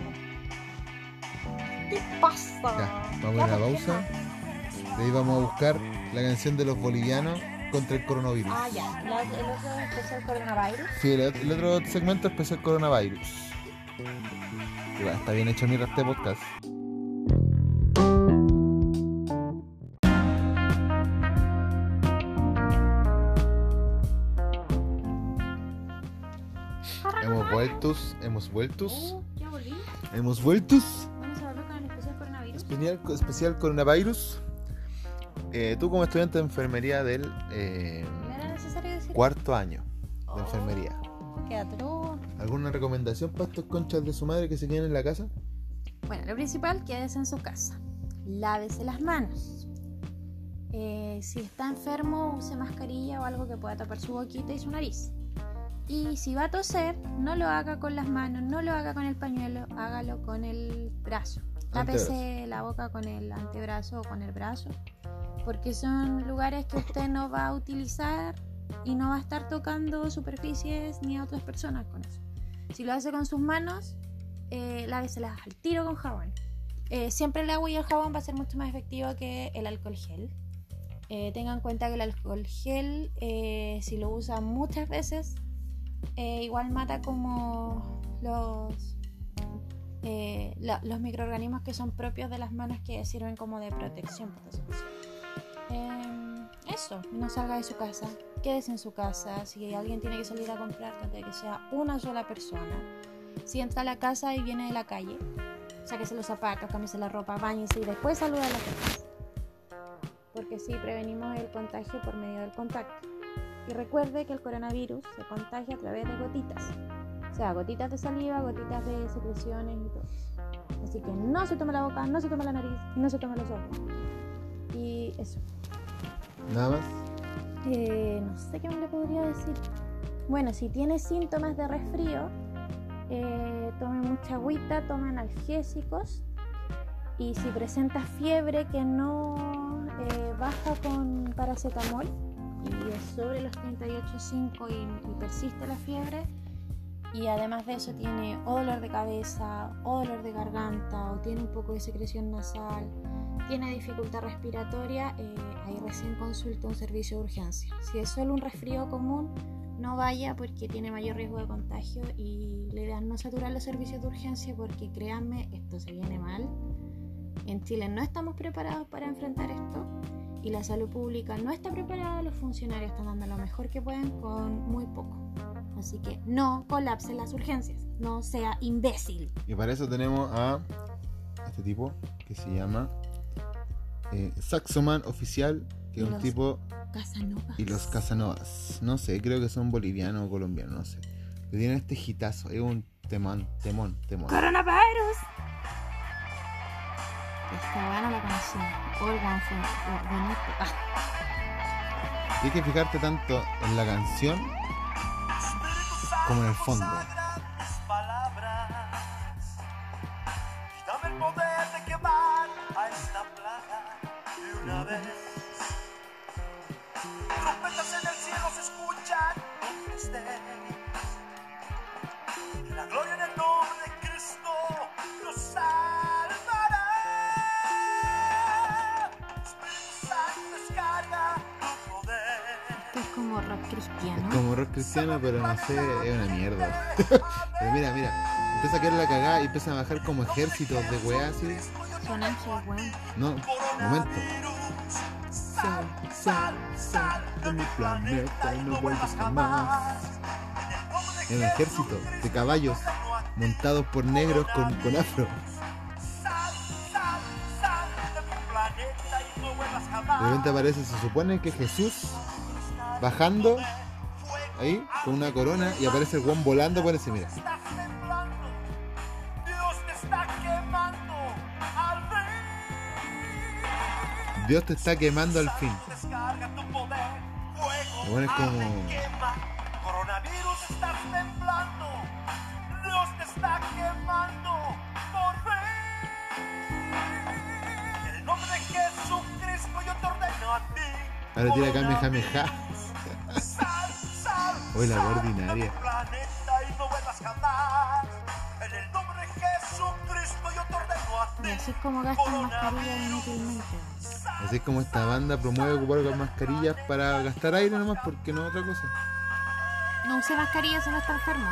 ¿Qué pasa? Ya, vamos a una ¿por qué pausa. no? De ahí vamos a buscar la canción de los bolivianos contra el coronavirus. Ah, ya. La- el otro empezó el coronavirus. Sí, el, el otro segmento empezó el coronavirus. Igual, está bien hecho mierda este podcast. Hemos vueltos, hemos vueltos, Oh, ya volví. hemos vueltos. Vamos a volver con el especial coronavirus. especial, especial coronavirus. Eh, tú como estudiante de enfermería del eh, No era necesario decir cuarto año de enfermería, que atroz. ¿alguna recomendación para estos conchas de su madre que se quedan en la casa? Bueno, lo principal, quédese en su casa. Lávese las manos. Eh, si está enfermo, use mascarilla o algo que pueda tapar su boquita y su nariz. Y si va a toser, no lo haga con las manos, no lo haga con el pañuelo, hágalo con el brazo. Tápese la boca con el antebrazo o con el brazo, porque son lugares que usted no va a utilizar y no va a estar tocando superficies ni a otras personas con eso. Si lo hace con sus manos, eh, láveselas al tiro con jabón. Eh, siempre el agua y el jabón va a ser mucho más efectivo que el alcohol gel. Eh, tenga en cuenta que el alcohol gel, eh, si lo usa muchas veces, eh, igual mata como los, eh, la- los microorganismos que son propios de las manos que sirven como de protección. por decirlo así. Em, eso, no salga de su casa, quédese en su casa. Si alguien tiene que salir a comprar, trate de que sea una sola persona. Si entra a la casa y viene de la calle, sáquese los zapatos, cámbiese la ropa, bañese y después saluda a las personas. Porque sí, prevenimos el contagio por medio del contacto. Y recuerde que el coronavirus se contagia a través de gotitas. O sea, gotitas de saliva, gotitas de secreciones y todo. eso. Así que no se toma la boca, no se toma la nariz y no se toma los ojos. Y eso. Nada más. Eh, no sé qué me le podría decir. Bueno, si tiene síntomas de resfrío, eh, tome mucha agüita, tome analgésicos. Y si presenta fiebre que no eh, baja con paracetamol y es sobre los 38,5 y, y persiste la fiebre, y además de eso tiene o dolor de cabeza, o dolor de garganta, o tiene un poco de secreción nasal, tiene dificultad respiratoria, eh, ahí recién consulta un servicio de urgencia. Si es solo un resfrío común, no vaya porque tiene mayor riesgo de contagio y la idea es no saturar los servicios de urgencia porque créanme, esto se viene mal. En Chile no estamos preparados para enfrentar esto y la salud pública no está preparada, los funcionarios están dando lo mejor que pueden con muy poco. Así que no colapsen las urgencias, no sea imbécil. Y para eso tenemos a este tipo que se llama eh, Saxoman Oficial, que es un Los- tipo Casanova. Y los Casanovas, no sé, creo que son bolivianos o colombianos, no sé. Que tienen este hitazo, es un temón, temón, temón. ¡Coronavirus! Esta gana la canción. Organ for for- bonito. Ah, Tienes que fijarte tanto en la canción como en el fondo. Sagradas palabras y dame el poder de quemar a esta plaga de una vez. Trompetas en el cielo se escuchan donde estés. La gloria en el nombre de Cristo nos salvará. Espíritu Santo descarga tu poder. esto es como rock Es cristiano. como rock cristiano, Este pero no sé, es una mierda. Pero mira, mira, empieza a caer la cagada y empieza a bajar como ejércitos de weá así. Son ángeles, weón. No, momento. Sal, sal, sal de mi planeta y no vuelvas jamás. En un ejército de caballos montados por negros con, con afro. Sal, sal, sal de mi planeta y no vuelvas De jamás. repente aparece, se supone que Jesús bajando ahí con una corona y aparece el guan volando por ese, mira. Estás temblando. Dios te está quemando. Al fin. Dios te está quemando al fin. Descarga tu poder, fuego, Bueno, es como- arde, quema. Coronavirus estás temblando. Dios te está quemando. Por fe. En el nombre de Jesucristo yo te ordeno a ti. Ahora tira acá, meja, meja. coronavirus, Sal, sal. Oye, la sal de ordinaria. mi planeta y no vuelvas jamás. En el nombre de Jesucristo yo te ordeno a Y ti. así es como gastan mascarilla inútilmente. Así es como esta banda promueve ocupar las mascarillas para gastar aire nomás, porque no es otra cosa. No use mascarilla, solo está enfermo.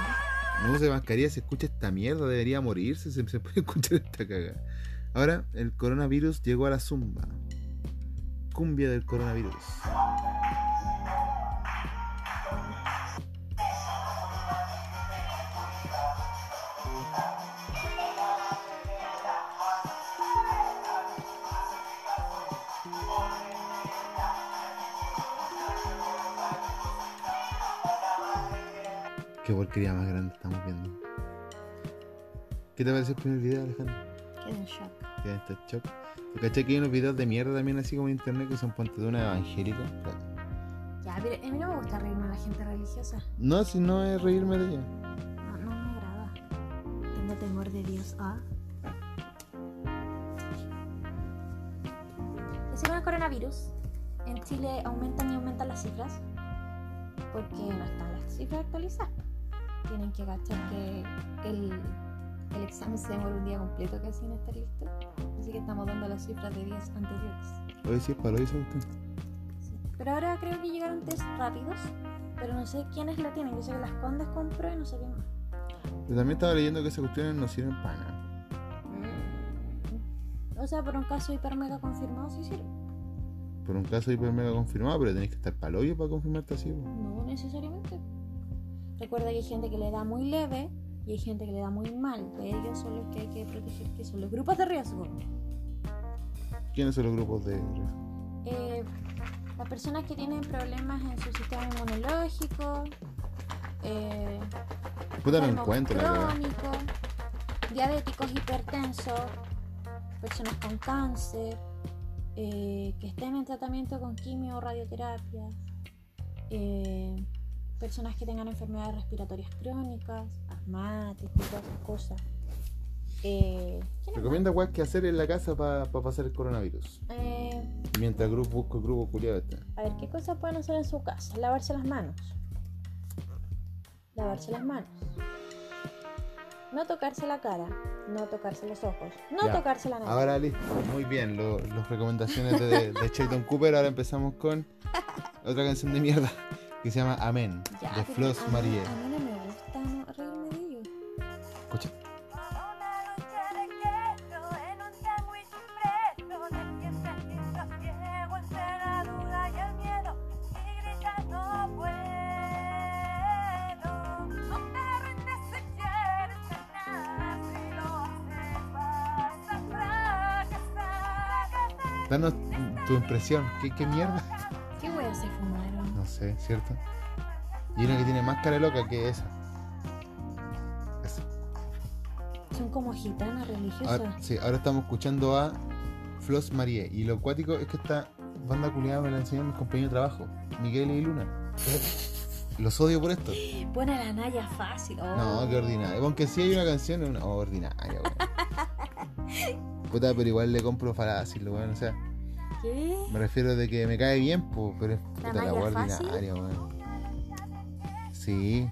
No use mascarilla, se escucha esta mierda, debería morirse, se, se puede escuchar esta cagada. Ahora, el coronavirus llegó a la zumba. Cumbia del coronavirus. Qué porquería más grande estamos viendo. ¿Qué te parece el primer video, Alejandro? Queda en shock. Ya está choc. Yo caché que hay unos videos de mierda también así como en internet que son ponte de una evangélica. Ya, Ya, pero a mí no me gusta reírme de la gente religiosa. No, si no es reírme de ella. No, no me agrada. Tengo temor de Dios. Ah. Así con el coronavirus, en Chile aumentan y aumentan las cifras porque no están las cifras actualizadas. Tienen que agachar que el, el examen se demora un día completo casi en estar listo. Así que estamos dando las cifras de días anteriores. Oye, sí, para eso usted. Sí. Pero ahora creo que llegaron test rápidos, pero no sé quiénes la tienen. Yo sé que las Condes compró y no sé quién más. Pero también estaba leyendo que esas cuestiones no sirven para nada. Mm. O sea, por un caso hiper mega confirmado, sí sirve. Por un caso hiper mega confirmado, pero tenés que estar para hoyo para confirmarte así. po. No necesariamente. Recuerda que hay gente que le da muy leve y hay gente que le da muy mal. De ellos son los que hay que proteger, que son los grupos de riesgo. ¿Quiénes son los grupos de riesgo? eh, las personas que tienen problemas en su sistema inmunológico, eh, Puta, no enfermos encuentro la verdad. crónicos, diabéticos hipertensos, personas con cáncer, eh, que estén en tratamiento con quimio o radioterapia, eh, personas que tengan enfermedades respiratorias crónicas, asmáticos, todas esas cosas. Eh, ¿quién es más? Recomienda weas que hacer en la casa para pasar el coronavirus. Eh, Mientras grupo, busco el grupo culiado este. A ver, ¿qué cosas pueden hacer en su casa? Lavarse las manos. Lavarse las manos. No tocarse la cara. No tocarse los ojos. No Ya. tocarse la nariz. Ahora listo, muy bien, lo- las recomendaciones de, de, de Sheldon Cooper. Ahora empezamos con otra canción de mierda que se llama Amén, Ya, de pero Flos a mí- Marie. A mí no me gusta no reírme de ellos. Escucha, Una noche de queso en un sándwich fresco De quien me siento ciego entre la duda y el miedo Y gritar no puedo No te rindes si quieres ganar Si lo haces vas a fracasar danos tu impresión. ¿Qué, qué mierda? ¿Qué weas se fumaron? No sé, ¿cierto? Y una que tiene más cara loca que esa. Esa. Son como gitanas religiosas. Ahora, sí, ahora estamos escuchando a Flos Marie. Y lo cuático es que esta banda culiada me la enseñaron mis compañeros de trabajo, Miguel y Luna. Los odio por esto. Buena la Naya fácil. Oh. Ah. No, qué ordinaria. Aunque sí hay una canción, es una oh, ordinaria, weón. Puta, pero igual le compro fácil, weón. O sea, ¿Qué? me refiero de que me cae bien, po, pero es ¿La puta la, Maya weá Fácil? ordinaria, weón. Sí.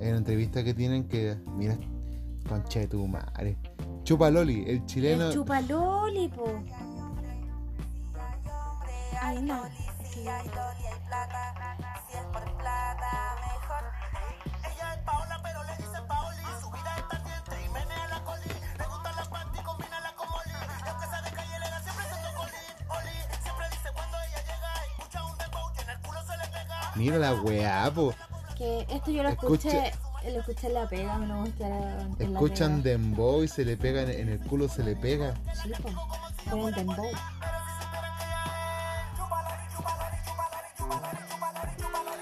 Hay una entrevista que tienen que. Mira, concha de tu madre. Chupa Loli, el chileno. El chupaloli, po. Ay, no. Ella es Paola, pero le dicen Paoli. Su vida está siempre y menea la coli. Le gustan las panty, combínala con Oli. Y aunque sea de calle, le da siempre siendo coli. Oli siempre dice cuando ella llega. Escucha un dembow que en el culo se le pega. Mira la weá, po. Que esto yo lo Escucha- escuché. Lo escuché en la pega, me lo mostraron. en la pega. Escuchan Dembow y se le pega en- en el culo, se le pega. Sí, po. Con el dembow.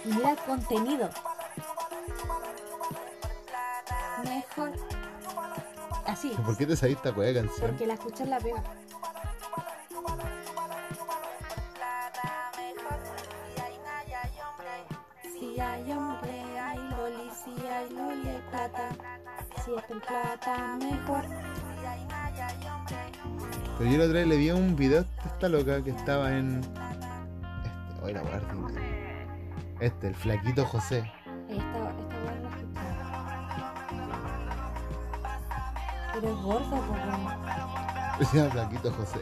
Y mira el contenido. Mejor. Así, ¿Por qué te sabes esta weá de canción? porque la escuchas la pega. Si hay hombre, hay loli, si hay loli, hay plata. Si es con plata, mejor. Pero yo la otra vez le vi un video a esta loca que estaba en. Este, oye la weá ordinaria. Este, el flaquito José. Esta, esta buena la escuchaba. Pero es pues, gorda, po, weón. Se llama flaquito José.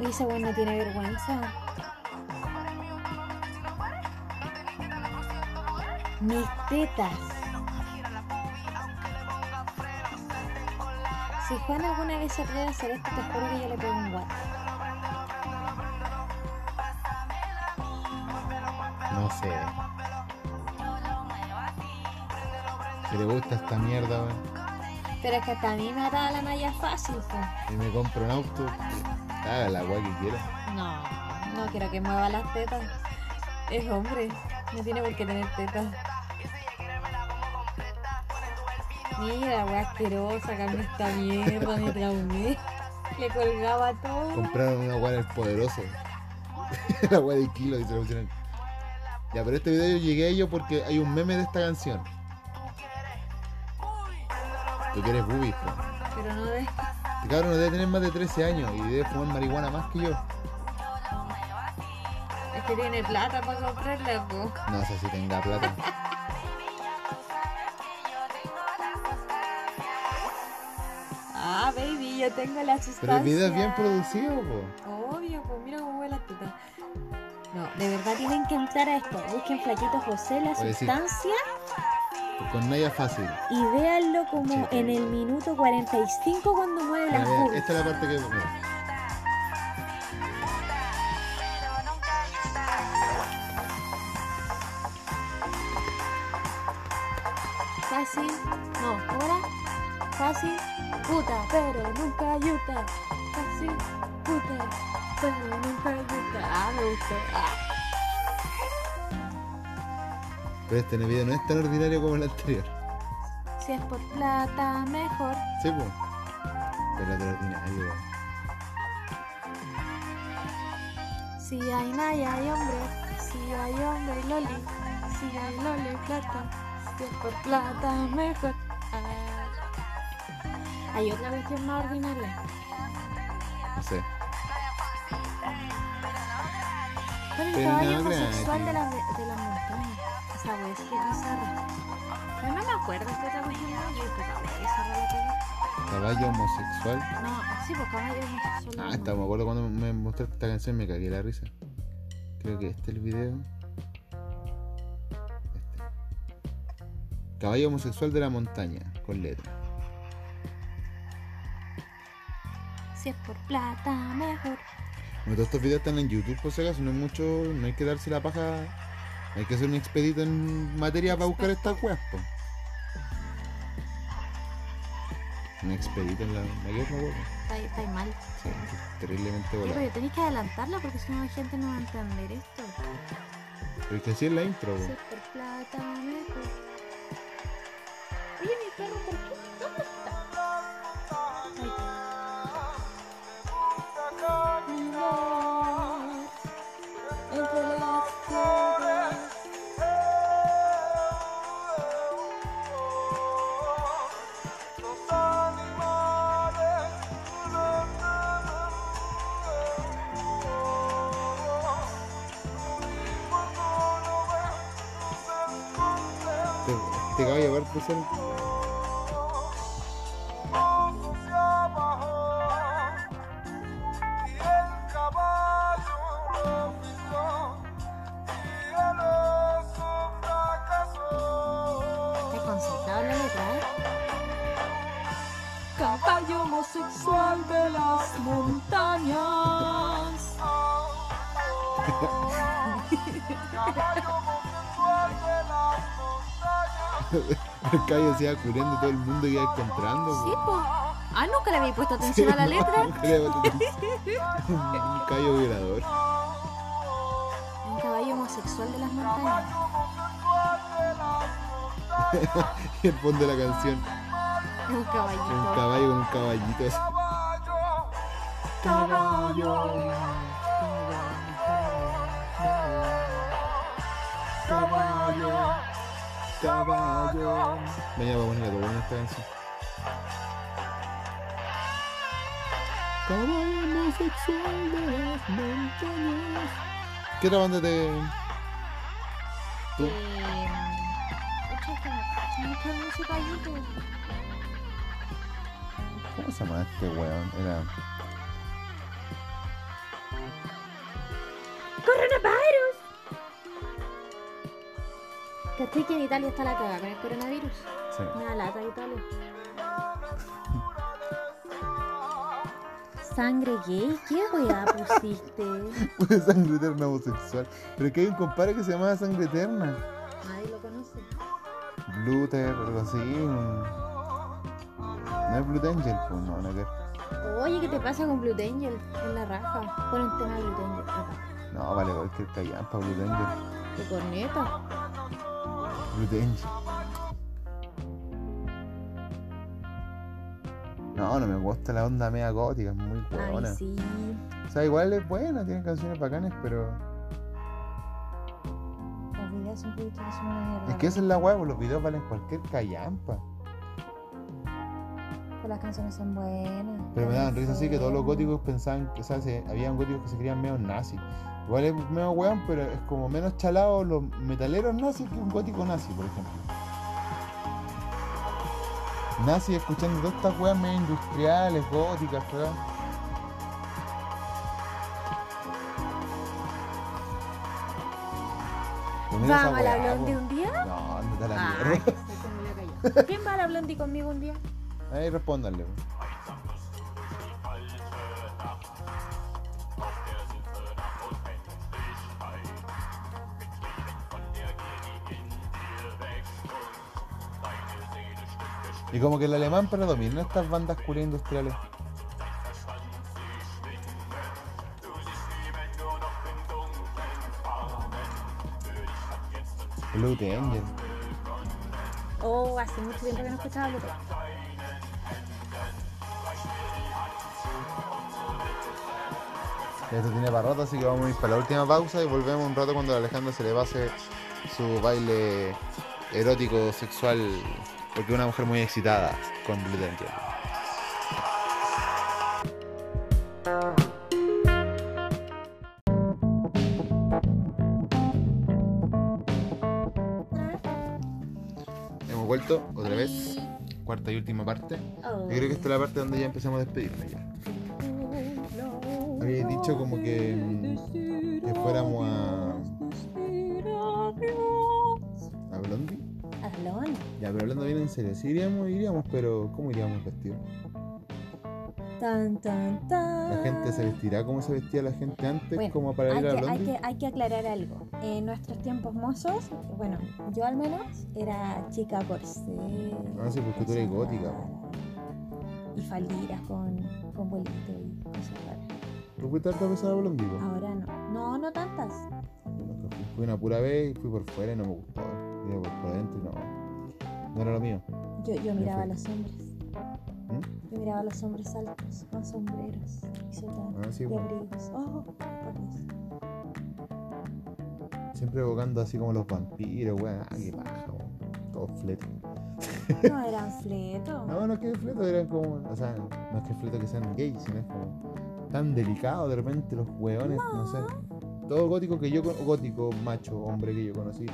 Y esa buena tiene vergüenza. Mis tetas. Si Juan alguna vez se atreve a hacer esto, te juro que yo le pego un guato. No sé. Si le gusta esta mierda, weón. Pero es que hasta a mí me hará la naya fácil, po. Y me compro un auto. Haga la weá que quiera. No, no quiero que mueva las tetas. Es hombre, no tiene por qué tener tetas. Mira, wea asquerosa, Carmen esta mierda, me traumé. Le colgaba todo. Compraron una weá en el poderoso. la weá de kilo y se la pusieron. Ya, pero este video yo llegué a ello porque hay un meme de esta canción. Tú quieres boobies, po. Pero no de. Este cabrón no debe tener más de 13 años y debe fumar marihuana más que yo. Es que tiene plata para comprarla, po. No sé si tenga plata. Ah, baby, yo tengo la sustancia. Pero el video es bien producido, po. Obvio, pues mira cómo huele la tuta. No, de verdad tienen que entrar a esto. Busquen Flaquito José, la Oye, sí. sustancia, Con Naya fácil. y véanlo como Sí. en el minuto 45 cuando mueve Mira, las mira, este boobies. esta es la parte que. mira. Fácil, no, ahora, fácil, puta, pero nunca ayuda. Fácil, puta, pero nunca ayuda. Ah, me gustó. Ah, Pero este video no es tan ordinario como el anterior. si es por plata, mejor. Sí, po. Pero el otro ordinario, weón. Si hay naya, hay hombre. Si hay hombre, loli. Si hay loli, plata. Si es por plata, es mejor. Ah. Hay otra cuestión más ordinaria. No sé. Con el Pero caballo no homosexual gratis. de la, de la montaña. Esa vez que bizarra. Pero no me acuerdo qué otra cuestión más. Yo dije, caballo bizarra la pegué. Caballo homosexual. No, sí, pues caballo homosexual. Ah, no. está, me acuerdo cuando me mostraste esta canción me cagué la risa. Creo que este es el video. Este. Caballo homosexual de la montaña, con letra. Si es por plata, mejor. Bueno, todos estos videos están en YouTube, por si acaso, no es mucho, no hay que darse la paja. Hay que hacer un expedito en materia para buscar estas weas, po. Un expedito en la, la guerra, weón. Está, está mal. Sí, terriblemente Sí, volado. pero tenéis que adelantarla porque si no la gente no va a entender esto. Pero es que así es la intro, Si weón. es por plata, mejor. Oye, mi perro, ¿por qué? ¿Dónde está? Ahí está. Entre las flores. Este, este caballo, aparte de ser Está concentrado en la letra, ¿eh? Caballo homosexual de las montañas. El caballo se iba cubriendo todo el mundo y iba encontrando. Sí, po. po. Ah, nunca le había puesto atención a la No, letra. creo que- Un caballo violador. Un caballo homosexual de las montañas. Y el fondo de la canción. Es un Un caballito. caballo con un caballito. así. Caballo. Caballo. Venga, vamos a poner la en esta canción. Caballo homosexual de las montañas. ¿Qué otra banda te.? Eh, pucha, mucha música ahí, po. ¿Cómo se llama este weón? Era. ¡Coronavirus! Caché que en Italia está la cagada con el coronavirus. Sí. Me da lata Italia. Sangre gay, ¿qué weá pusiste? Una sangre eterna homosexual. Pero que hay un compadre que se llamaba sangre eterna. Nadie lo conoce. Luther, algo así. un- No es Blue Angel, pues no, no que. Oye, ¿qué te pasa con Blue Angel? En la raja. Pon un tema de Blue Angel. Ah, acá. No, vale, cualquier callampa, Blue Angel. ¿Tu corneta? Blue Angel. No, no me gusta la onda media gótica, es muy Ay, buena. Oh. sí. O sea, igual es buena, tiene canciones bacanas, pero. Los videos son un poquito son una mierda. Es que esa es la weá, pues los videos valen cualquier callampa. Pues Pero las canciones son buenas. Pero me daban risa así que todos los góticos góticos pensaban, que, o sea, se- habían góticos que se creían medio nazis. Igual es medio weón, pero es como menos chalado los metaleros nazis que un gótico nazi, por ejemplo. Nazi escuchando todas estas weas medio industriales, góticas, cagadas. Pues mira esa ¿Vamos a la wea, Blondie po. un día? No, anda a la Ah, mierda. se me la cayó. ¿Quién va a la Blondie conmigo un día? Ahí respóndanle. po. Y como que el alemán predomina estas bandas culias industriales. Blue Angel. Oh, hace mucho tiempo que no escuchaba Blue Tech. Esto tiene para rato, así que vamos a ir para la última pausa y volvemos un rato cuando a Alejandro se le pase su baile erótico, sexual, porque es una mujer muy excitada con Blue Angel. Hemos vuelto otra vez, cuarta y última parte. Yo creo que esta es la parte donde ya empezamos a despedirnos ya. Había dicho como que, mm, que fuéramos a, a Blondie. A la Blondie. Ya, pero hablando bien en serio, sí iríamos, iríamos, pero ¿cómo iríamos vestidos? Tan, tan, tan. ¿La gente se vestirá como se vestía la gente antes, Bueno, como para Hay ir a que, hay, Blondie? que, hay que aclarar algo. En nuestros tiempos mozos, bueno, Yo al menos era chica corsé. No, Ah, sí, porque tú eres gótica, Y faldiras con, con bolito y cosas raras. ¿Tú fuiste harta vez a la Blondie? Ah. po? Ahora no. No, no tantas. Yo nunca fui. Fui una pura vez y fui por fuera y no me gustó. Iba por, por dentro y no. No era lo mío. Yo, yo miraba a fui. los hombres. ¿Mm? Yo miraba a los hombres altos, con sombreros y sotanas Ah, sí, y bueno. abrigos. Oh, por Dios. Siempre evocando así como los vampiros, weón. Ah, qué paja, weón. Todos fletos. No eran fletos. No, no es que fleto, eran como. O sea, no es que fleto que sean gays, sino es como. Tan delicado de repente los hueones, no, sé. Todo gótico que yo. con- Gótico, macho, hombre que yo conocí.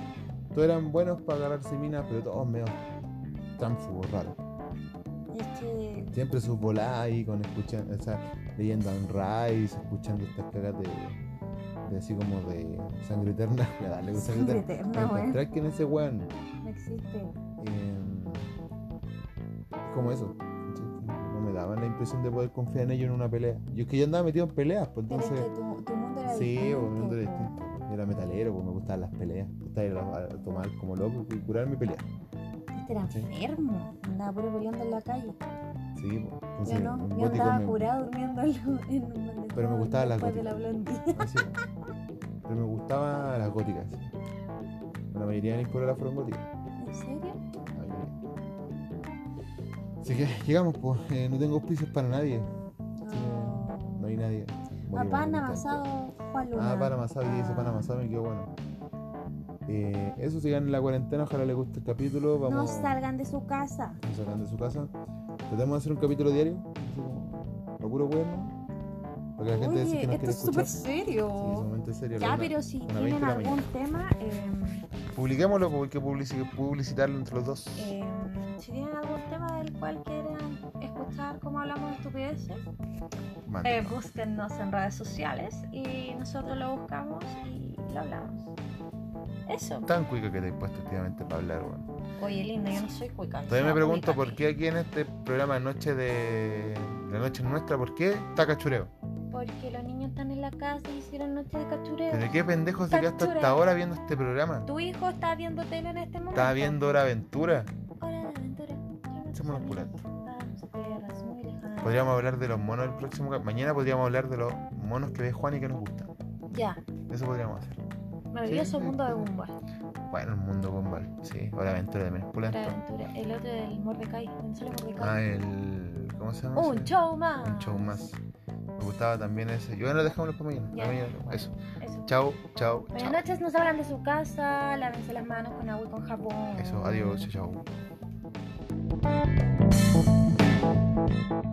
Todos eran buenos para agarrarse minas, pero todos medio tránfugos, raros. Es que Siempre sus voladas ahí con escuchando. O sea, leyendo Rice, escuchando estas cagas de. de así como de sangre eterna. Ya, dale, con sangre Sangre eterna. Eterna, weón. Encontrar quién es ese weón. no existe. Em, como eso. ¿cachai? No me daban la impresión de poder confiar en ellos en una pelea. Yo es que yo andaba metido en peleas, pues Pero es que entonces. tu, tu mundo era Sí, distinto. pues, mi mundo era po. distinto. Yo era metalero, pues me gustaban las peleas. Me gustaba ir a, a tomar como loco y curar mi pelea. Este era Sí. enfermo. Andaba puro peleando en la calle. Sí, pues. Entonces, Yo no, un yo gótico andaba me- curado durmiendo en lo- en un bandejón Pero me gustaban las después de la Blondie. Ah, sí, pues. Pero me gustaban las góticas. La mayoría de mis corolas fueron góticas. ¿En serio? La mayoría. Así que llegamos, pues. eh, no tengo auspicios para nadie. Así que no hay nadie. A Morimos Ah, pan al amasado, instante. Juan Luna. Ah, pan amasado, y dice pan Ah. amasado, me quedó bueno. Eh, eso sigan en la cuarentena, ojalá les guste el capítulo. No Vamos salgan de su casa. vamos sacando de su casa. Tratemos de hacer un capítulo diario. así como, Lo puro bueno. Para que la gente decir Oye, que nos esto quiere escuchar. es súper Sí, serio. es un momento serio. la ya, verdad. pero si una tienen 20 de la algún tema, eh, Publiquémoslo pues, porque hay que publici- publicitarlo entre los dos. eh, si tienen algún tema del cual quieran escuchar cómo hablamos de estupideces, eh, Mándenlo. búsquennos en redes sociales y nosotros lo buscamos y lo hablamos. Eso. Tan cuico que te he puesto últimamente para hablar, bueno. Oye, linda, yo no soy cuica. Todavía me no, pregunto cuica. por qué aquí en este programa Noche de. La Noche Nuestra, ¿por qué está cachureo? Porque los niños están en la casa y hicieron noche de cachureo. Este ¿Pero qué pendejos se quedaste hasta Cachureo. ahora viendo este programa? Tu hijo está viendo tele en este momento. Estaba viendo Hora Aventura. Hora de aventura. Somos los pulantes. Vamos a tierras muy lejanas. Podríamos hablar de los monos el próximo. cap- Mañana podríamos hablar de los monos que ve Juan y que nos gustan. Ya, Eso podríamos hacer. maravilloso Sí, mundo de aventura. Gumball. Bueno, el mundo bombal. Sí, Hora Aventura también es Hora de pulento. aventura. El otro del Mordecai. ¿Dónde sale Mordecai? Ah, el. ¿Cómo ¿Cómo se llama? Un ese? show más. Un show más. Me gustaba también ese. Y bueno, dejémoslo para mañana. Ya. Para mañana. Eso. Eso. Chao, chao, Buenas chao. noches, no salgan de su casa, lávense las manos con agua y con jabón. Eso, adiós, chao, chao.